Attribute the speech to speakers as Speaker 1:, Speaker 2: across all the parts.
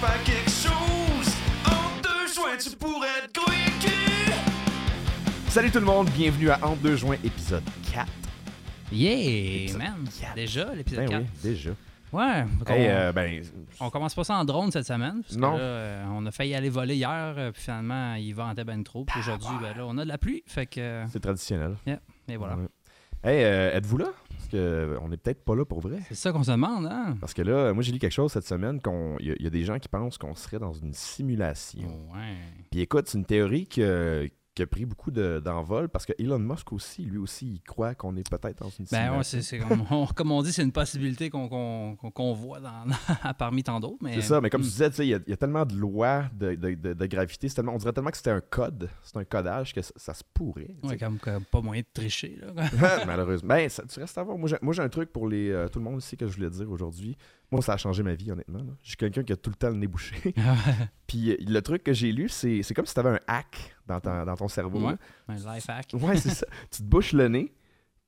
Speaker 1: pas quelque chose. En deux joints, tu pourrais te gouiquer.
Speaker 2: Salut tout le monde, bienvenue à Entre deux juin, épisode 4.
Speaker 3: Yeah,
Speaker 2: Épisode
Speaker 3: man!
Speaker 2: quatre.
Speaker 3: Déjà, l'épisode
Speaker 2: Ben
Speaker 3: 4.
Speaker 2: oui, déjà.
Speaker 3: Ouais, donc on,
Speaker 2: Hey, euh, ben,
Speaker 3: on commence pas ça en drone cette semaine. Parce
Speaker 2: Non.
Speaker 3: Que là, euh, on a failli aller voler hier, euh, puis finalement, il ventait ben trop.
Speaker 2: Bah,
Speaker 3: Puis aujourd'hui, ben là, on a de la pluie, fait que. euh,
Speaker 2: c'est traditionnel.
Speaker 3: Et voilà.
Speaker 2: Ouais. Hey, euh, êtes-vous là? Parce que euh, on est peut-être pas là pour vrai.
Speaker 3: C'est ça qu'on se demande, hein?
Speaker 2: Parce que là, moi j'ai lu quelque chose cette semaine qu'on il y, a- il y a des gens qui pensent qu'on serait dans une simulation.
Speaker 3: Ouais.
Speaker 2: Puis écoute, c'est une théorie que- qui a pris beaucoup de- d'envol parce que Elon Musk aussi, lui aussi, il croit qu'on est peut-être dans une
Speaker 3: Ben,
Speaker 2: simulation.
Speaker 3: ouais, c'est, c'est comme, on, comme on dit, c'est une possibilité qu'on, qu'on, qu'on- qu'on voit dans, parmi tant d'autres. Mais...
Speaker 2: C'est ça, mais comme
Speaker 3: Mm.
Speaker 2: tu disais, tu sais, il y, a- il y a tellement de lois de, de- de- de gravité, c'est tellement- on dirait tellement que c'était un code, c'est un codage que ça, ça se pourrait. tu
Speaker 3: Ouais,
Speaker 2: sais.
Speaker 3: comme, comme pas moyen de tricher, là.
Speaker 2: Malheureusement. Ben, ça- tu restes à voir. Moi, j'ai- Moi, j'ai un truc pour les, euh, tout le monde ici que je voulais dire aujourd'hui. Moi, ça a changé ma vie, honnêtement. là. Je suis quelqu'un qui a tout le temps le nez bouché. Puis euh, le truc que j'ai lu, c'est c'est comme si tu avais un hack dans, ta- dans ton cerveau.
Speaker 3: Ouais.
Speaker 2: là.
Speaker 3: Un life hack.
Speaker 2: Ouais, c'est ça. Tu te bouches le nez,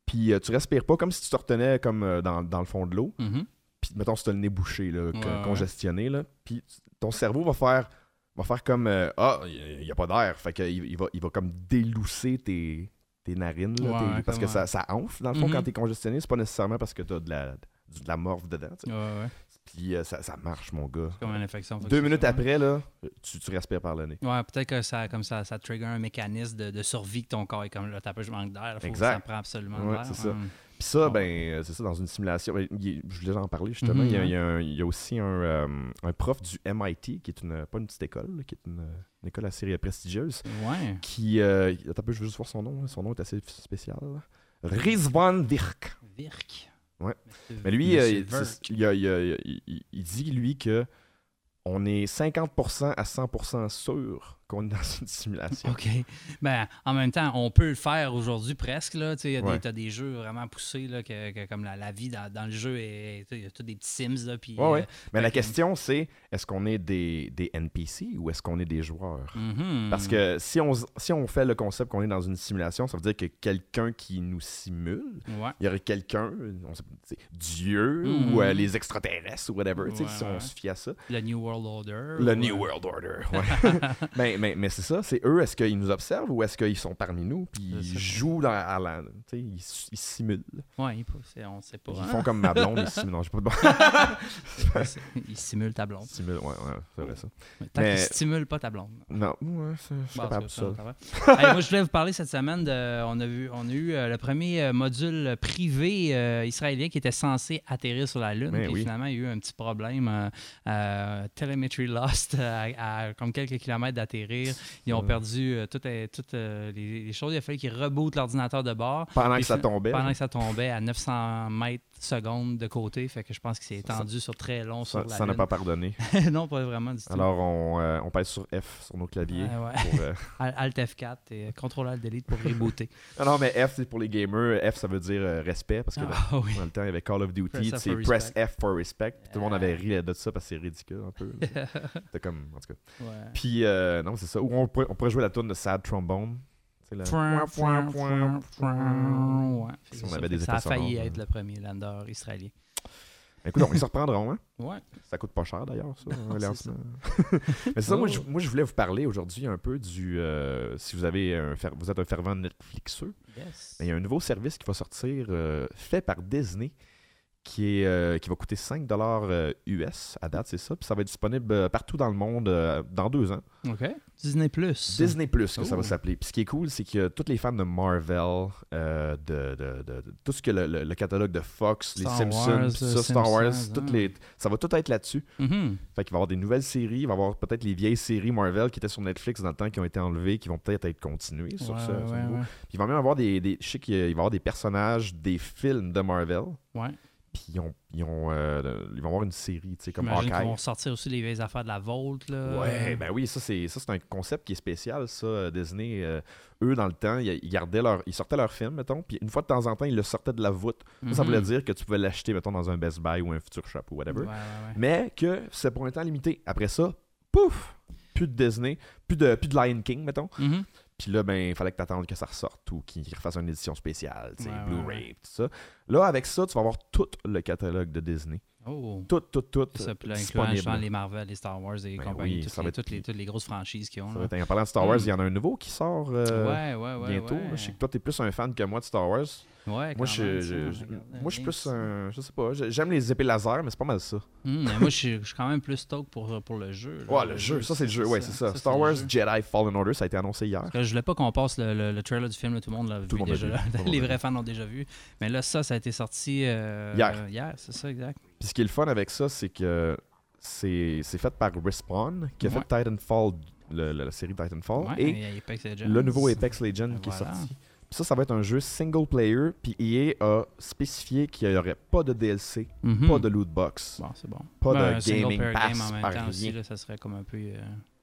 Speaker 2: puis euh, tu respires pas comme si tu te retenais comme, euh, dans, dans le fond de l'eau.
Speaker 3: Mhm.
Speaker 2: Puis mettons, si tu le nez bouché, là, con-
Speaker 3: Ouais, ouais.
Speaker 2: congestionné, là, puis tu- ton cerveau va faire va faire comme euh, Ah, il n'y a pas d'air. Fait qu'il il va, il va comme délousser tes, tes narines. là,
Speaker 3: Ouais,
Speaker 2: tes-
Speaker 3: ouais,
Speaker 2: parce que
Speaker 3: comme,
Speaker 2: ça, ça enfle, dans le fond,
Speaker 3: Mhm.
Speaker 2: quand t'es congestionné, c'est pas nécessairement parce que t'as de la, du- de la morve dedans. tu sais.
Speaker 3: Ouais, ouais.
Speaker 2: Puis euh, ça, ça marche, mon gars.
Speaker 3: C'est comme une infection. faut que
Speaker 2: Deux
Speaker 3: c'est
Speaker 2: minutes
Speaker 3: ça, hein. ouais.
Speaker 2: après, là, tu, tu respires par le nez.
Speaker 3: Ouais, peut-être que ça, comme ça, ça trigger un mécanisme de, de survie que ton corps est comme là, t'as pas, je manque d'air, là, faut
Speaker 2: Exact.
Speaker 3: que ça prend absolument
Speaker 2: Ouais,
Speaker 3: d'air.
Speaker 2: c'est ça.
Speaker 3: Hum.
Speaker 2: Puis ça,
Speaker 3: Bon.
Speaker 2: ben, euh, c'est ça, dans une simulation. ben, il- je voulais en parler justement. Il y a-
Speaker 3: Mhm.
Speaker 2: il y, a un- il y a aussi un, euh, un prof du MIT, qui est une, pas une petite école, là, qui est une, une école assez euh, prestigieuse,
Speaker 3: Ouais.
Speaker 2: qui. euh, attends un peu, je veux juste voir son nom. là. Son nom est assez spécial. là. Rizwan Virk.
Speaker 3: Virk.
Speaker 2: Ouais.
Speaker 3: Monsieur-
Speaker 2: Mais lui,
Speaker 3: Monsieur
Speaker 2: euh, il-
Speaker 3: Virk.
Speaker 2: c'est- il, a- il a- il- il- il dit, lui, que on est 50% à 100% sûr qu'on est dans une simulation.
Speaker 3: OK. Ben, en même temps, on peut le faire aujourd'hui presque. Là. Tu sais, il y a des-
Speaker 2: Ouais.
Speaker 3: T'as des jeux vraiment poussés, là, que, que comme la, la vie dans, dans le jeu, est, tu sais, il y a tous des petits Sims. Là, puis,
Speaker 2: Ouais, ouais.
Speaker 3: euh,
Speaker 2: Mais
Speaker 3: fait
Speaker 2: la
Speaker 3: que-
Speaker 2: question, c'est est-ce qu'on est des, des NPC ou est-ce qu'on est des joueurs
Speaker 3: mhm.
Speaker 2: Parce que si on, s- si on fait le concept qu'on est dans une simulation, ça veut dire que quelqu'un qui nous simule,
Speaker 3: Ouais.
Speaker 2: il y aurait quelqu'un, on sait pas, tu sais, Dieu
Speaker 3: Mhm.
Speaker 2: ou euh, les extraterrestres ou whatever, tu sais,
Speaker 3: Ouais,
Speaker 2: si on
Speaker 3: ouais.
Speaker 2: se fie à ça.
Speaker 3: Le New World Order.
Speaker 2: Le
Speaker 3: ouais.
Speaker 2: New World Order, ouais. Ben, mais mais c'est ça, c'est eux, est-ce qu'ils nous observent ou est-ce qu'ils sont parmi nous, puis
Speaker 3: C'est ça.
Speaker 2: ils jouent dans, à la- tu sais, ils, s- ils simulent.
Speaker 3: Ouais, il peut- c'est- on sait pas.
Speaker 2: Ils
Speaker 3: hein.
Speaker 2: font comme ma blonde, ils simulent. Non, j'ai pas de bon.
Speaker 3: C'est- il stimule ta blonde.
Speaker 2: Ils simulent, ouais, ouais, c'est vrai ça.
Speaker 3: Mais Tant
Speaker 2: Mais-
Speaker 3: qu'il stimule pas ta blonde.
Speaker 2: Non, ouais, c'est- je suis
Speaker 3: Bon,
Speaker 2: capable
Speaker 3: en
Speaker 2: de
Speaker 3: tout
Speaker 2: ça.
Speaker 3: cas, ça, on va. Hey, moi, je voulais vous parler cette semaine. De, on, a vu, on a eu euh, le premier euh, module privé euh, israélien qui était censé atterrir sur la Lune.
Speaker 2: Mais
Speaker 3: puis
Speaker 2: Ben oui.
Speaker 3: finalement, il y a eu un petit problème. euh, euh, telemetry lost euh, à, à comme quelques kilomètres d'atterrir. Ils ont
Speaker 2: Ça.
Speaker 3: perdu euh, toutes, euh, toutes, euh, les, les choses. Il a fallu qu'ils rebootent l'ordinateur de bord.
Speaker 2: Pendant que
Speaker 3: Puis
Speaker 2: ça
Speaker 3: fin-
Speaker 2: tombait.
Speaker 3: Pendant que ça tombait à 900 mètres secondes de côté, fait que je pense qu'il s'est étendu sur très long
Speaker 2: Ça
Speaker 3: sur la
Speaker 2: ça n'a
Speaker 3: Lune.
Speaker 2: pas pardonné.
Speaker 3: non, pas vraiment du tout. Ah
Speaker 2: Alors, on, euh, on pèse sur F sur nos claviers.
Speaker 3: Ouais, ouais.
Speaker 2: pour, euh,
Speaker 3: Al- Alt F4 et euh, Ctrl Alt Delete pour rebooter.
Speaker 2: Ah Non, non, mais F, c'est pour les gamers. F, ça veut dire euh, respect, parce que
Speaker 3: ah oui.
Speaker 2: dans le temps, il y avait Call of Duty, tu
Speaker 3: Press F
Speaker 2: sais,
Speaker 3: for
Speaker 2: press
Speaker 3: respect. Ah.
Speaker 2: F for respect. puis Tout le monde avait ri de ça parce que c'est ridicule un peu. là. C'était comme, en tout cas.
Speaker 3: Ouais.
Speaker 2: Puis, euh, non, c'est ça. Ou on pourrait, on pourrait jouer la tune de Sad Trombone. Tu sais, la-
Speaker 3: Point, point, point, point. Ouais.
Speaker 2: Si
Speaker 3: Fait
Speaker 2: on
Speaker 3: que ça,
Speaker 2: avait des
Speaker 3: ça a
Speaker 2: effets
Speaker 3: failli
Speaker 2: sonores,
Speaker 3: être
Speaker 2: hein.
Speaker 3: le premier lander israélien.
Speaker 2: Écoute, on- ils se reprendront, hein?
Speaker 3: Ouais.
Speaker 2: Ça coûte pas cher d'ailleurs, ça,
Speaker 3: Non,
Speaker 2: un
Speaker 3: c'est
Speaker 2: lancement. Mais c'est ça, moi,
Speaker 3: Oh.
Speaker 2: je, moi, je voulais vous parler aujourd'hui un peu du. euh, si vous, avez un fer- vous êtes un fervent Netflixeux,
Speaker 3: Yes.
Speaker 2: Mais il y a un nouveau service qui va sortir euh, fait par Disney qui, est, euh, qui va coûter 5 euh, US à date, c'est ça. Puis ça va être disponible euh, partout dans le monde euh, dans deux ans.
Speaker 3: OK. Disney Plus.
Speaker 2: Disney Plus que ça va
Speaker 3: Oh.
Speaker 2: s'appeler. Puis ce qui est cool, c'est que tous les fans de Marvel, euh, de, de- de- de- tout ce que le, le- le catalogue de Fox, les
Speaker 3: Star
Speaker 2: Simpsons,
Speaker 3: Wars,
Speaker 2: puis ça,
Speaker 3: euh,
Speaker 2: Star Wars,
Speaker 3: Simpsons,
Speaker 2: toutes
Speaker 3: hein.
Speaker 2: les, ça va tout être là-dessus.
Speaker 3: Mhm.
Speaker 2: Fait qu'il va y avoir des nouvelles séries, il va y avoir peut-être les vieilles séries Marvel qui étaient sur Netflix dans le temps qui ont été enlevées, qui vont peut-être être continuées sur
Speaker 3: Ouais,
Speaker 2: ce, ce
Speaker 3: ouais,
Speaker 2: nouveau.
Speaker 3: ouais.
Speaker 2: Puis il va même avoir des, des je sais qu'il va y avoir des personnages des films de Marvel.
Speaker 3: Ouais.
Speaker 2: Puis ils, ont, ils, ont, euh, ils vont avoir une série, tu sais, comme
Speaker 3: J'imagine qu'ils
Speaker 2: Hawkeye.
Speaker 3: vont sortir aussi les vieilles affaires de la Volt. Là.
Speaker 2: Ouais, ben oui, ça c'est ça c'est un concept qui est spécial, ça. euh, Disney, euh, eux dans le temps, ils, ils gardaient leur, ils sortaient leur film, mettons, puis une fois de temps en temps, ils le sortaient de la voûte. Ça, Ça
Speaker 3: Mhm.
Speaker 2: voulait dire que tu pouvais l'acheter, mettons, dans un Best Buy ou un Future Shop ou whatever.
Speaker 3: Ouais, ouais, ouais.
Speaker 2: Mais que c'est pour un temps limité. Après ça, pouf, plus de Disney, plus de plus de Lion King, mettons.
Speaker 3: Mhm.
Speaker 2: Puis là, ben, il fallait que tu attendes que ça ressorte ou qu'ils refassent une édition spéciale, tu sais,
Speaker 3: Ouais, ouais,
Speaker 2: Blu-ray,
Speaker 3: ouais.
Speaker 2: tout ça. Là, avec ça, tu vas avoir tout le catalogue de Disney.
Speaker 3: Oh.
Speaker 2: Tout, tout, tout. euh,
Speaker 3: Ça, puis là, incluant
Speaker 2: disponible.
Speaker 3: justement, les Marvel, les Star Wars, les
Speaker 2: Ben
Speaker 3: compagnies,
Speaker 2: oui,
Speaker 3: toutes,
Speaker 2: ça
Speaker 3: les,
Speaker 2: va être-
Speaker 3: toutes, les, toutes les grosses franchises qu'ils ont.
Speaker 2: Ça
Speaker 3: là.
Speaker 2: va être- en parlant de Star Wars,
Speaker 3: Mm.
Speaker 2: il y en a un nouveau qui sort euh,
Speaker 3: ouais, ouais, ouais.
Speaker 2: bientôt.
Speaker 3: ouais.
Speaker 2: là. Je sais que toi, t'es plus un fan que moi de Star Wars. Moi,
Speaker 3: Ouais, quand
Speaker 2: je,
Speaker 3: même,
Speaker 2: je-
Speaker 3: ça,
Speaker 2: je-
Speaker 3: regarde, hein,
Speaker 2: moi, je suis plus
Speaker 3: Lynx.
Speaker 2: un. Je sais pas. je- J'aime les épées laser, mais c'est pas mal ça.
Speaker 3: Hum, mais moi, je suis- je suis quand même plus stoked pour, pour le jeu. là.
Speaker 2: Ouais, le jeu. Ça, c'est le jeu. Ouais, c'est ça. Star
Speaker 3: le
Speaker 2: Wars
Speaker 3: jeu.
Speaker 2: Jedi Fallen Order, ça a été annoncé hier.
Speaker 3: Parce que je voulais pas qu'on passe le, le- le trailer du film, là, tout le monde l'a vu
Speaker 2: Tout le monde l'a
Speaker 3: déjà.
Speaker 2: vu,
Speaker 3: là.
Speaker 2: tout le monde
Speaker 3: Les
Speaker 2: l'a
Speaker 3: vrais fans l'ont déjà vu. Mais là, ça, ça a été sorti euh,
Speaker 2: Hier.
Speaker 3: Hier, c'est ça, exact.
Speaker 2: Puis ce qui est le fun avec ça, c'est que c'est c'est fait par Respawn, qui a
Speaker 3: Ouais.
Speaker 2: fait Titanfall, le- le- la série Titanfall,
Speaker 3: Ouais,
Speaker 2: et
Speaker 3: et Apex Legends.
Speaker 2: le nouveau Apex Legends
Speaker 3: Ben
Speaker 2: qui
Speaker 3: voilà.
Speaker 2: est sorti. Puis ça, ça va être un jeu single player, puis EA a spécifié qu'il n'y aurait pas de DLC,
Speaker 3: Mhm.
Speaker 2: pas de loot box,
Speaker 3: Bon, c'est bon.
Speaker 2: pas
Speaker 3: Ben, un
Speaker 2: de
Speaker 3: single
Speaker 2: gaming
Speaker 3: player
Speaker 2: pass,
Speaker 3: game en même
Speaker 2: pas
Speaker 3: temps aussi,
Speaker 2: rien.
Speaker 3: là, ça serait comme un peu. euh,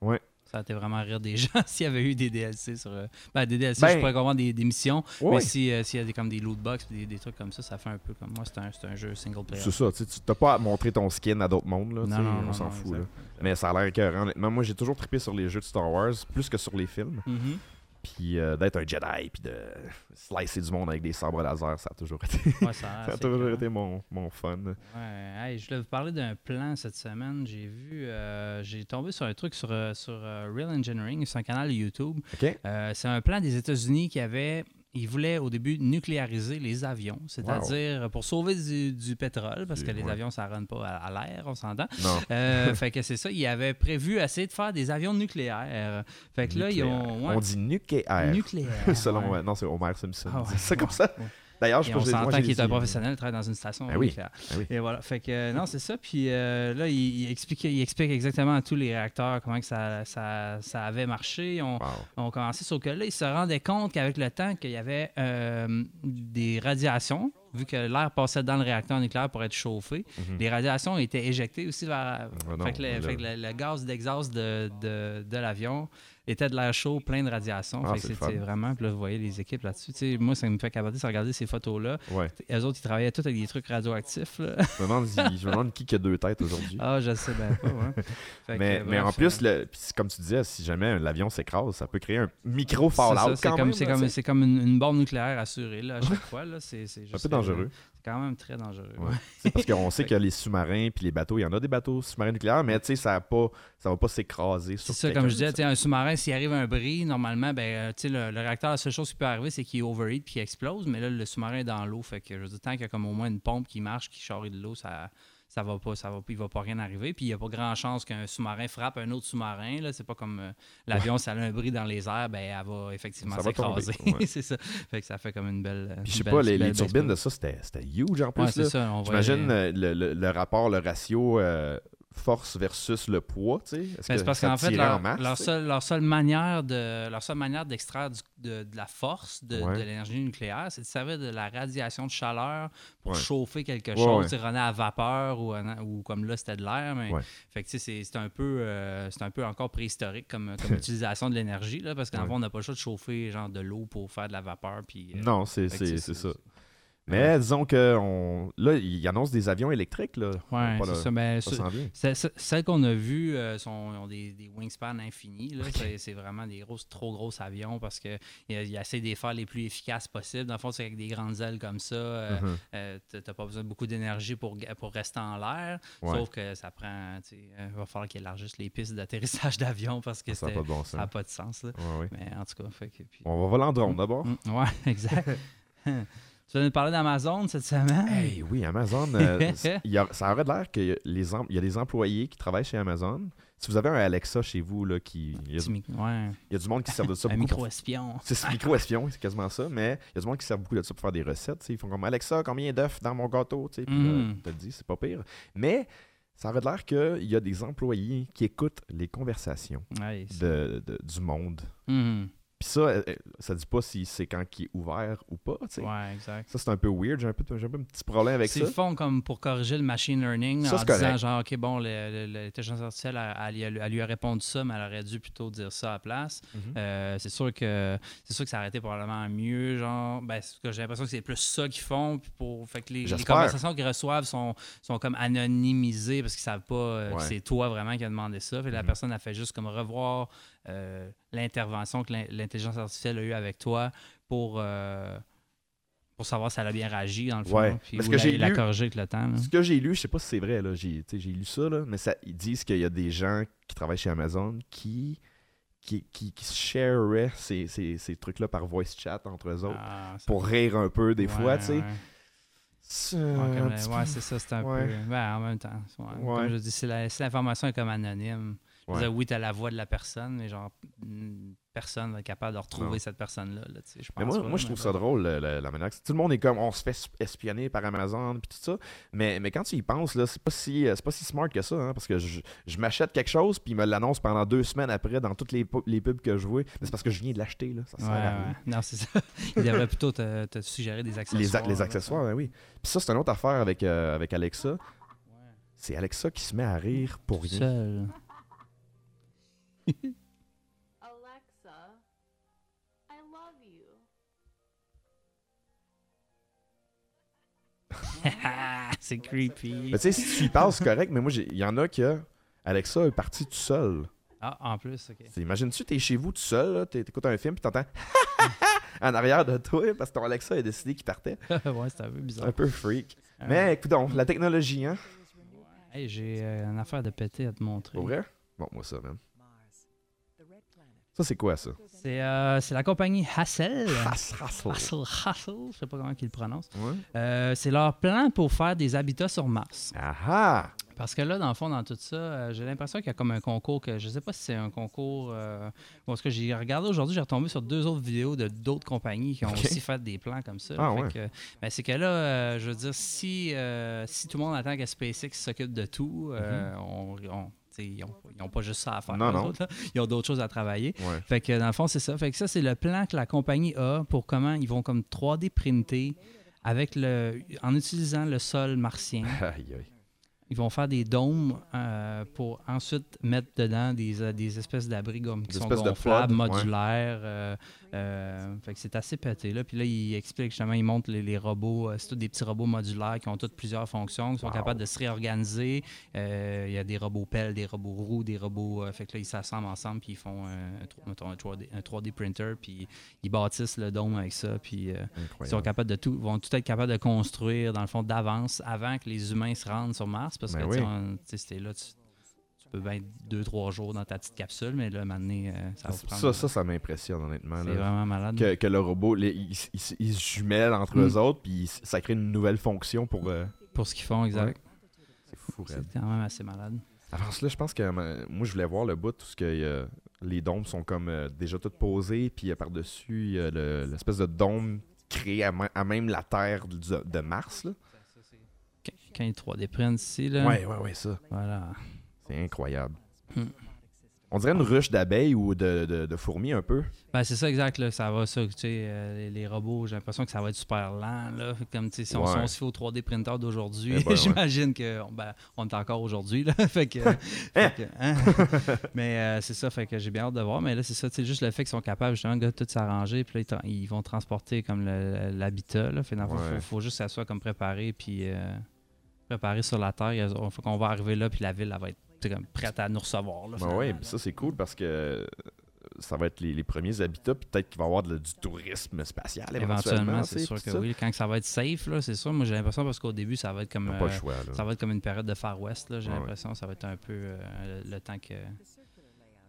Speaker 2: Ouais.
Speaker 3: Ça a été vraiment à rire des gens s'il y avait eu des DLC sur. euh, Ben, des DLC, je
Speaker 2: Ben-
Speaker 3: pourrais comprendre des, des missions,
Speaker 2: Ouais.
Speaker 3: mais si, euh, s'il y a des, comme des loot box des, des trucs comme ça, ça fait un peu comme moi, c'est un, c'est un jeu single player.
Speaker 2: C'est ça, tu sais, tu t'as pas à montrer ton skin à d'autres mondes, là, tu sais, on s'en
Speaker 3: non,
Speaker 2: fout. Là.
Speaker 3: exact.
Speaker 2: Mais ça a l'air écœurant, honnêtement. Moi, j'ai toujours trippé sur les jeux de Star Wars, plus que sur les films.
Speaker 3: Mhm.
Speaker 2: Puis euh, d'être un Jedi, puis de slicer du monde avec des sabres laser, ça a toujours été,
Speaker 3: Ouais, ça a l'air
Speaker 2: ça a
Speaker 3: assez
Speaker 2: toujours
Speaker 3: cool.
Speaker 2: été mon, mon fun.
Speaker 3: Ouais, hey, je voulais vous parler d'un plan cette semaine. J'ai vu, euh, j'ai tombé sur un truc sur, euh, sur euh, Real Engineering, c'est un canal YouTube.
Speaker 2: OK?
Speaker 3: Euh, c'est un plan des États-Unis qui avait. Ils voulaient au début nucléariser les avions, c'est-à-dire pour sauver du, du pétrole, parce
Speaker 2: Du-
Speaker 3: que les
Speaker 2: ouais.
Speaker 3: avions, ça ne rentre pas à, à l'air, on s'entend.
Speaker 2: Non.
Speaker 3: Euh, fait que c'est ça, ils avaient prévu essayer de faire des avions nucléaires. Fait que là, ils ont. ouais,
Speaker 2: On dit nucléaire.
Speaker 3: nucléaire.
Speaker 2: Selon,
Speaker 3: ouais.
Speaker 2: euh, non, c'est Homer Simpson.
Speaker 3: Ah ouais.
Speaker 2: C'est ça comme ça.
Speaker 3: Ouais.
Speaker 2: D'ailleurs, je
Speaker 3: Et
Speaker 2: pense
Speaker 3: on
Speaker 2: que j'ai- moi,
Speaker 3: s'entend
Speaker 2: j'ai
Speaker 3: qu'il est
Speaker 2: dit,
Speaker 3: un
Speaker 2: euh,
Speaker 3: professionnel, il travaille dans une station
Speaker 2: Ben oui.
Speaker 3: nucléaire.
Speaker 2: Ben oui.
Speaker 3: Et voilà. Fait que euh, non, c'est ça. Puis euh, là, il, il explique, il explique exactement à tous les réacteurs comment que ça, ça, ça avait marché. On,
Speaker 2: Wow.
Speaker 3: on commençait sur que là, ils se rendaient compte qu'avec le temps, qu'il y avait euh, des radiations, vu que l'air passait dans le réacteur nucléaire pour être chauffé.
Speaker 2: Mhm.
Speaker 3: Les radiations étaient éjectées aussi vers.
Speaker 2: Ah non,
Speaker 3: fait que, le,
Speaker 2: là-
Speaker 3: fait que le- le gaz d'exhaust de, de- de l'avion était de l'air chaud, plein de radiations.
Speaker 2: Ah,
Speaker 3: fait que
Speaker 2: c'est le
Speaker 3: c'était
Speaker 2: fun.
Speaker 3: vraiment. Puis là, vous voyez les équipes là-dessus. Tu sais, Moi, ça me fait capoter de regarder ces photos-là.
Speaker 2: Ouais.
Speaker 3: Eux autres, ils travaillaient tous avec des trucs radioactifs. là.
Speaker 2: Je me, demande, si- je me demande qui qui a deux têtes aujourd'hui.
Speaker 3: Ah, je sais bien pas, ouais. Fait que,
Speaker 2: mais
Speaker 3: euh,
Speaker 2: mais en
Speaker 3: bref, euh,
Speaker 2: plus, le, puis comme tu disais, si jamais l'avion s'écrase, ça peut créer un micro
Speaker 3: c'est ça,
Speaker 2: fallout
Speaker 3: c'est
Speaker 2: quand
Speaker 3: comme,
Speaker 2: même.
Speaker 3: c'est
Speaker 2: là,
Speaker 3: comme,
Speaker 2: tu sais.
Speaker 3: c'est comme une, une bombe nucléaire assurée là, à chaque fois. Là, c'est, c'est
Speaker 2: un
Speaker 3: juste,
Speaker 2: peu dangereux.
Speaker 3: euh, C'est quand même très dangereux.
Speaker 2: Ouais. C'est parce qu'on sait que les sous-marins puis les bateaux, il y en a des bateaux sous-marins nucléaires, mais tu sais, ça a pas, ça va pas s'écraser
Speaker 3: C'est
Speaker 2: sur
Speaker 3: ça,
Speaker 2: quelqu'un,
Speaker 3: comme je disais,
Speaker 2: ça.
Speaker 3: tu sais, un sous-marin, s'il arrive un bris, normalement, ben, euh, tu sais, le, le réacteur, la seule chose qui peut arriver, c'est qu'il overheat puis qu'il explose. Mais là, le sous-marin est dans l'eau. Fait que, je veux dire, tant qu'il y a comme au moins une pompe qui marche, qui charrie de l'eau, ça. Ça va pas, ça va, il va pas rien arriver. Puis il n'y a pas grand chance qu'un sous-marin frappe un autre sous-marin. Là, c'est pas comme euh, l'avion, si elle a un bris dans les airs, ben elle va effectivement
Speaker 2: Ça va tomber,
Speaker 3: s'écraser.
Speaker 2: ouais.
Speaker 3: c'est ça. Fait que ça fait comme une belle.
Speaker 2: Puis je sais pas, les, les turbines de ça, c'était c'était huge en plus. là. J'imagine euh, le, le- le rapport, le ratio euh, force versus le poids, tu sais. Est-ce
Speaker 3: Ben, c'est
Speaker 2: que
Speaker 3: parce
Speaker 2: ça
Speaker 3: qu'en fait,
Speaker 2: tirait en
Speaker 3: leur,
Speaker 2: masse,
Speaker 3: leur
Speaker 2: tu sais?
Speaker 3: seule, leur seule manière de leur seule manière d'extraire du- de, de la force de,
Speaker 2: Ouais.
Speaker 3: de l'énergie nucléaire, c'est de servir de la radiation de chaleur pour
Speaker 2: Ouais.
Speaker 3: chauffer quelque
Speaker 2: Ouais,
Speaker 3: chose,
Speaker 2: ouais.
Speaker 3: tu sais, runner à vapeur ou, en- ou comme là c'était de l'air, mais
Speaker 2: Ouais.
Speaker 3: fait que, tu sais, c'est c'est un peu euh, c'est un peu encore préhistorique comme, comme utilisation de l'énergie là, parce qu'en
Speaker 2: Ouais.
Speaker 3: fond on n'a pas le choix de chauffer genre de l'eau pour faire de la vapeur puis euh,
Speaker 2: Non, c'est
Speaker 3: fait que
Speaker 2: c'est- c'est ça.
Speaker 3: Ouais.
Speaker 2: Mais disons que on... là, ils annoncent des avions électriques, là. Pas
Speaker 3: Ouais, c'est
Speaker 2: le-
Speaker 3: ça, mais
Speaker 2: Ça
Speaker 3: ce-
Speaker 2: s'en vient.
Speaker 3: C'est- c'est- Celles qu'on a vues euh, sont, ont des, des wingspans infinis. là. C'est- C'est vraiment des grosses, trop gros avions parce qu'ils essaient de les faire les plus efficaces possibles. Dans le fond, c'est avec des grandes ailes comme ça. euh,
Speaker 2: Mhm.
Speaker 3: euh, t'as- T'as pas besoin de beaucoup d'énergie pour, ga- pour rester en l'air.
Speaker 2: Ouais.
Speaker 3: Sauf que ça prend. tu sais, euh, Il va falloir qu'ils élargissent les pistes d'atterrissage d'avion parce que
Speaker 2: Ah, Ça n'a
Speaker 3: c'était-
Speaker 2: pas de bon
Speaker 3: ça n'a
Speaker 2: sens.
Speaker 3: pas de sens. là.
Speaker 2: Ouais, ouais.
Speaker 3: Mais en tout cas, fait que. puis-
Speaker 2: On va voler en drone d'abord.
Speaker 3: Mm, ouais, exact. tu vas nous parler d'Amazon cette semaine?
Speaker 2: Hey, oui, Amazon, euh, c- il y a- ça aurait l'air qu'il y a des employés qui travaillent chez Amazon. Si vous avez un Alexa chez vous, là, qui, il, y a,
Speaker 3: Petit mi- ouais,
Speaker 2: il y a du monde qui sert de ça
Speaker 3: un
Speaker 2: beaucoup. pour-
Speaker 3: micro-espion.
Speaker 2: C'est ce micro-espion, c'est quasiment ça, mais il y a du monde qui sert beaucoup de ça pour faire des recettes. tu sais. Ils font comme Alexa, combien d'œufs dans mon gâteau Tu sais, Puis là,
Speaker 3: Mm.
Speaker 2: tu te le dis, c'est pas pire. Mais ça aurait l'air qu'il y a des employés qui écoutent les conversations
Speaker 3: Ouais, c'est-
Speaker 2: de- de- du monde.
Speaker 3: Mhm.
Speaker 2: Puis ça, euh, euh, ça dit pas si c'est quand qui est ouvert ou pas. tu sais.
Speaker 3: Ouais, exact.
Speaker 2: Ça, c'est un peu weird. J'ai un peu, j'ai un peu un petit problème avec
Speaker 3: S'ils
Speaker 2: ça.
Speaker 3: le font comme pour corriger le machine learning
Speaker 2: Ça,
Speaker 3: en
Speaker 2: c'est
Speaker 3: disant
Speaker 2: correct.
Speaker 3: genre, OK, bon, le- le- l'intelligence artificielle, elle, elle- elle lui a répondu ça, mais elle aurait dû plutôt dire ça à la place.
Speaker 2: Mhm.
Speaker 3: Euh, c'est sûr que c'est sûr que ça aurait été probablement mieux, genre, ben, c'est- j'ai l'impression que c'est plus ça qu'ils font. puis Pour, fait que les, les
Speaker 2: J'espère.
Speaker 3: conversations qu'ils reçoivent sont, sont comme anonymisées parce qu'ils savent pas euh, que
Speaker 2: Ouais.
Speaker 3: c'est toi vraiment qui a demandé ça. Fait que La
Speaker 2: Mhm.
Speaker 3: personne a fait juste comme revoir euh, l'intervention que l'in- l'intelligence artificielle a eue avec toi pour... euh, pour pour savoir si elle a bien réagi dans le fond.
Speaker 2: Ouais.
Speaker 3: Puis
Speaker 2: Parce
Speaker 3: ou
Speaker 2: que
Speaker 3: la,
Speaker 2: j'ai
Speaker 3: la
Speaker 2: lu-
Speaker 3: corriger avec le temps. là.
Speaker 2: Ce que j'ai lu, je sais pas si c'est vrai, là, j'ai, tu sais, j'ai lu ça, là, mais ça, ils disent qu'il y a des gens qui travaillent chez Amazon qui, qui, qui, qui shareraient ces, ces, ces trucs-là par voice chat entre eux autres
Speaker 3: Ah, ça-
Speaker 2: pour rire un peu des
Speaker 3: ouais,
Speaker 2: fois, tu sais.
Speaker 3: ouais.
Speaker 2: C'est
Speaker 3: Ouais,
Speaker 2: Euh, un
Speaker 3: Ah, comme le-
Speaker 2: petit peu-
Speaker 3: ouais, c'est ça, c'est un
Speaker 2: Ouais.
Speaker 3: peu. Ben, en même temps, ouais.
Speaker 2: Ouais.
Speaker 3: comme je dis, si la- si l'information est comme anonyme, je veux
Speaker 2: Ouais.
Speaker 3: dire, oui, tu as la voix de la personne, mais genre, mm, personne n'est capable de retrouver
Speaker 2: Non.
Speaker 3: cette personne-là. là, tu sais, je
Speaker 2: Mais
Speaker 3: pense
Speaker 2: moi,
Speaker 3: pas,
Speaker 2: moi, je
Speaker 3: mais
Speaker 2: trouve
Speaker 3: bon.
Speaker 2: ça drôle, le- le- la manière que- Tout le monde est comme, on se fait espionner par Amazon, puis tout ça. Mais, mais quand tu y penses, là, c'est pas, si, euh, c'est pas si smart que ça, hein, parce que je, je m'achète quelque chose, puis ils me l'annoncent pendant deux semaines après dans toutes les, pub- les pubs que je vois. Mais c'est parce que je viens de l'acheter, là. Ça
Speaker 3: Ouais,
Speaker 2: sert à rien.
Speaker 3: ouais. Non, c'est ça. Il devrait plutôt te, te suggérer des accessoires. hein.
Speaker 2: Les, ac- les
Speaker 3: là.
Speaker 2: accessoires, ben oui. Puis ça, c'est une autre affaire avec, euh, avec Alexa. C'est Alexa qui se met à rire pour
Speaker 3: Tout
Speaker 2: rien.
Speaker 3: seul.
Speaker 4: Alexa, I love you.
Speaker 3: c'est creepy.
Speaker 2: Mais tu sais, si tu y parles, c'est correct, mais moi, j'ai- il y en a que Alexa est partie tout seul.
Speaker 3: Ah, en plus, ok.
Speaker 2: C'est- Imagine-tu, t'es chez vous tout seul, là, t'é- t'écoutes un film, puis t'entends en arrière de toi, parce que ton Alexa a décidé qu'il partait.
Speaker 3: ouais, c'est un peu
Speaker 2: C'est
Speaker 3: bizarre.
Speaker 2: un peu freak. Mais écoute donc, la technologie, hein.
Speaker 3: Hey, j'ai euh, une affaire de péter à te montrer.
Speaker 2: Pour vrai? Bon, moi, ça, même. Ça, c'est quoi, ça?
Speaker 3: C'est euh, c'est la compagnie Hassel.
Speaker 2: Hass- Hassel.
Speaker 3: Hassel, Hassel, je sais pas comment ils le prononcent.
Speaker 2: Ouais.
Speaker 3: Euh, c'est leur plan pour faire des habitats sur Mars.
Speaker 2: Ah ah!
Speaker 3: Parce que là, dans le fond, dans tout ça, euh, j'ai l'impression qu'il y a comme un concours que je sais pas si c'est un concours. euh, parce que j'ai regardé aujourd'hui, j'ai retombé sur deux autres vidéos de d'autres compagnies qui ont
Speaker 2: Ok.
Speaker 3: aussi fait des plans comme ça.
Speaker 2: Ah,
Speaker 3: Fait
Speaker 2: ouais.
Speaker 3: que, ben, c'est que là, euh, je veux dire, si, euh, si tout le monde attend que SpaceX s'occupe de tout, euh, on- on- t'sais, ils n'ont pas juste ça à faire.
Speaker 2: Mhm. Non,
Speaker 3: eux
Speaker 2: non.
Speaker 3: autres, là. ils ont d'autres choses à travailler.
Speaker 2: Ouais.
Speaker 3: Fait que dans le fond, c'est ça. Fait que ça, c'est le plan que la compagnie a pour comment ils vont comme 3D printer avec le, en utilisant le sol martien.
Speaker 2: Aïe, aïe.
Speaker 3: Ils vont faire des dômes euh, pour ensuite mettre dedans des, euh, des espèces d'abris comme qui
Speaker 2: Des
Speaker 3: sont
Speaker 2: espèces de
Speaker 3: gonflables,
Speaker 2: pods, ouais.
Speaker 3: modulaires. euh, euh, fait que c'est assez pété là. Puis là, ils expliquent justement, ils montrent les, les robots. euh, c'est tous des petits robots modulaires qui ont toutes plusieurs fonctions, qui sont
Speaker 2: Wow.
Speaker 3: capables de se réorganiser. Euh, Il y a des robots pelles, des robots roues, des robots. euh, fait que là, ils s'assemblent ensemble puis ils font un, tro- mettons, un 3D, un 3D printer puis ils bâtissent le dôme avec ça. Puis euh, ils sont
Speaker 2: Incroyable.
Speaker 3: capables de tout, vont tout être capables de construire, dans le fond, d'avance avant que les humains se rendent sur Mars. Parce
Speaker 2: Ben
Speaker 3: que, tu sais,
Speaker 2: oui.
Speaker 3: on- tu sais, si t'es là, tu, tu peux bien être deux, trois jours dans ta petite capsule, mais là, maintenant, euh, ça va prendre.
Speaker 2: Ça, ça, ça m'impressionne, honnêtement.
Speaker 3: c'est
Speaker 2: là.
Speaker 3: vraiment malade.
Speaker 2: que, que le robot, les- ils, ils- ils se jumellent entre
Speaker 3: Mm.
Speaker 2: eux autres, puis ça crée une nouvelle fonction pour. euh,
Speaker 3: Pour ce qu'ils font, exact.
Speaker 2: C'est fou, raide.
Speaker 3: C'est quand même assez malade.
Speaker 2: Avant cela, je pense que euh, moi, je voulais voir le bout, tout ce que euh, les dômes sont comme euh, déjà toutes posés, puis euh, par-dessus, il y a le- l'espèce de dôme créé à, ma- à même la Terre du- de Mars. Là.
Speaker 3: Quand, quand ils 3D prennent ici, là.
Speaker 2: Ouais, ouais, ouais, ça.
Speaker 3: Voilà.
Speaker 2: C'est incroyable.
Speaker 3: Mm.
Speaker 2: On dirait une ruche d'abeilles ou de, de- de fourmis un peu.
Speaker 3: Ben, c'est ça, exact. Là, ça va, ça. Tu sais, euh, les, les robots, j'ai l'impression que ça va être super lent. Là. Comme, tu sais, si on
Speaker 2: Ouais.
Speaker 3: s'en se fait au 3D printer d'aujourd'hui,
Speaker 2: Eh ben, ouais.
Speaker 3: j'imagine qu'on ben, on est encore aujourd'hui. là. fait que, fait
Speaker 2: Eh!
Speaker 3: que, hein. Mais euh, c'est ça, fait que j'ai bien hâte de voir. Mais là, c'est ça, tu sais, juste le fait qu'ils sont capables justement de tout s'arranger. Puis là, ils tra- ils, vont transporter comme le- l'habitat. là. Fait dans le fond,
Speaker 2: Ouais.
Speaker 3: faut, faut juste que ça soit comme préparé. Puis euh, préparé sur la Terre. Il y a- on- faut qu'on va arriver là. Puis la ville, elle va être tu sais, comme, prête à nous recevoir. Là,
Speaker 2: Ben
Speaker 3: finalement,
Speaker 2: ouais,
Speaker 3: là.
Speaker 2: puis ça, c'est cool parce que euh, ça va être les, les premiers habitats, puis peut-être qu'il va y avoir de- du tourisme spatial éventuellement.
Speaker 3: Éventuellement,
Speaker 2: tu
Speaker 3: c'est
Speaker 2: sais,
Speaker 3: sûr
Speaker 2: puis
Speaker 3: que
Speaker 2: ça.
Speaker 3: oui. Quand que ça va être safe, là, c'est sûr. Moi, j'ai l'impression parce qu'au début, ça va être comme
Speaker 2: Ils n'ont pas le
Speaker 3: euh,
Speaker 2: choix. là.
Speaker 3: ça va être comme une période de Far West. là, J'ai
Speaker 2: Ah ouais.
Speaker 3: l'impression que ça va être un peu euh, le, le temps que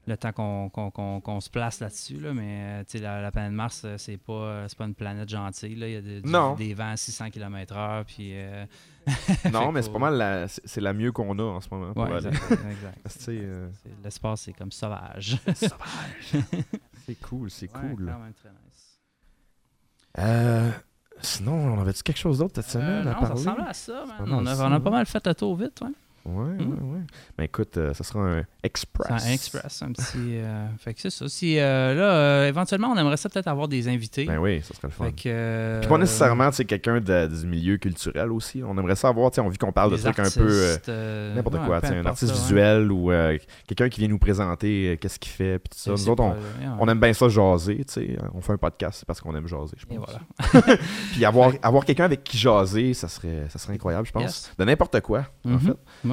Speaker 3: le temps qu'on qu'on- qu'on- qu'on se place là-dessus. Là, mais euh, tu sais, la, la planète Mars, euh, c'est pas euh, c'est pas une planète gentille. là. Il y a de- du-
Speaker 2: Non.
Speaker 3: des vents à 600 km/h. Puis euh,
Speaker 2: Non, mais
Speaker 3: faut-
Speaker 2: c'est pas mal la, c'est c'est la mieux qu'on a en ce moment. pour
Speaker 3: ouais,
Speaker 2: aller.
Speaker 3: exact, exact.
Speaker 2: Tu sais, euh,
Speaker 3: C'est- L'espace, c'est comme sauvage.
Speaker 2: c'est cool, c'est
Speaker 3: Ouais,
Speaker 2: cool.
Speaker 3: quand même très nice.
Speaker 2: Euh, sinon, on avait-tu quelque chose d'autre cette
Speaker 3: Euh,
Speaker 2: semaine à
Speaker 3: non, ça
Speaker 2: parler?
Speaker 3: ressemble à ça, man.
Speaker 2: Ça ressemble
Speaker 3: On
Speaker 2: à
Speaker 3: a,
Speaker 2: ça,
Speaker 3: on a
Speaker 2: ouais.
Speaker 3: pas mal fait à tour vite, ouais.
Speaker 2: Ouais,
Speaker 3: Hmm.
Speaker 2: ouais, ouais. Ben écoute, euh, ça sera un express.
Speaker 3: C'est un express, un petit. euh, fait que c'est ça. Si, euh, là, euh, éventuellement, on aimerait ça peut-être avoir des invités.
Speaker 2: Ben oui, ça serait le fun.
Speaker 3: Fait que, euh,
Speaker 2: Puis pas nécessairement, tu sais, quelqu'un de- du milieu culturel aussi. On aimerait savoir, tu sais, on vit qu'on parle de
Speaker 3: des
Speaker 2: trucs
Speaker 3: artistes,
Speaker 2: un peu... euh,
Speaker 3: euh,
Speaker 2: N'importe
Speaker 3: ouais,
Speaker 2: quoi,
Speaker 3: peu
Speaker 2: tu sais, un
Speaker 3: importe
Speaker 2: artiste
Speaker 3: ça, hein. ouais.
Speaker 2: visuel ou euh, quelqu'un qui vient nous présenter euh, qu'est-ce qu'il fait, puis tout ça.
Speaker 3: C'est-
Speaker 2: Nous
Speaker 3: c'est
Speaker 2: autres,
Speaker 3: pas-
Speaker 2: on,
Speaker 3: ouais,
Speaker 2: on aime bien ça jaser, tu sais. On fait un podcast, c'est parce qu'on aime jaser, je
Speaker 3: Et
Speaker 2: pense.
Speaker 3: voilà.
Speaker 2: Puis avoir, avoir quelqu'un avec qui jaser, ça serait, ça serait incroyable, je pense.
Speaker 3: Yes.
Speaker 2: De n'importe quoi, en
Speaker 3: Mhm.
Speaker 2: fait.
Speaker 3: Ouais.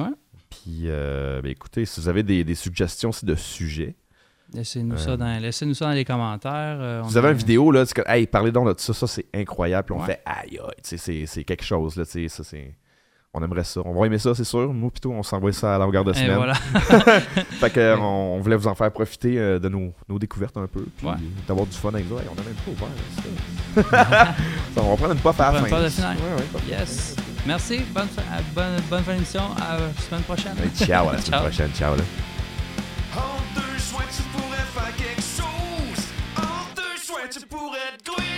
Speaker 2: Puis, euh, ben, écoutez, si vous avez des, des suggestions aussi de sujets,
Speaker 3: Laissez-nous,
Speaker 2: Euh,
Speaker 3: ça dans, laissez-nous ça dans les commentaires. euh, on
Speaker 2: Vous avez
Speaker 3: a-
Speaker 2: une vidéo, là, tu sais, hey, parlez donc de ça, ça c'est incroyable. Puis On
Speaker 3: Ouais.
Speaker 2: fait, aïe, aïe, tu sais, c'est c'est quelque chose, là, tu sais, ça c'est. On aimerait ça. On va aimer ça, c'est sûr. Nous, plutôt, on s'envoie ça à la longueur de
Speaker 3: Et
Speaker 2: semaine.
Speaker 3: voilà.
Speaker 2: Fait que, euh, on, on voulait vous en faire profiter euh, de nos, nos découvertes un peu. Puis
Speaker 3: Ouais.
Speaker 2: d'avoir du fun avec nous. Hey, on a même pas ouvert. c'est ça. on va prendre une pop à
Speaker 3: prend
Speaker 2: la
Speaker 3: une
Speaker 2: fin.
Speaker 3: pop à la finale.
Speaker 2: Ouais, ouais, pop à la
Speaker 3: Yes. Merci. Bonne, fin- à- bonne, bonne fin d'émission. À la semaine prochaine.
Speaker 2: fin. Hey, ciao, à la semaine
Speaker 3: Ciao.
Speaker 2: prochaine. Ciao, là.
Speaker 1: En deux soins, tu pourrais faire quelque chose. En deux soins, tu pourrais te grouiller.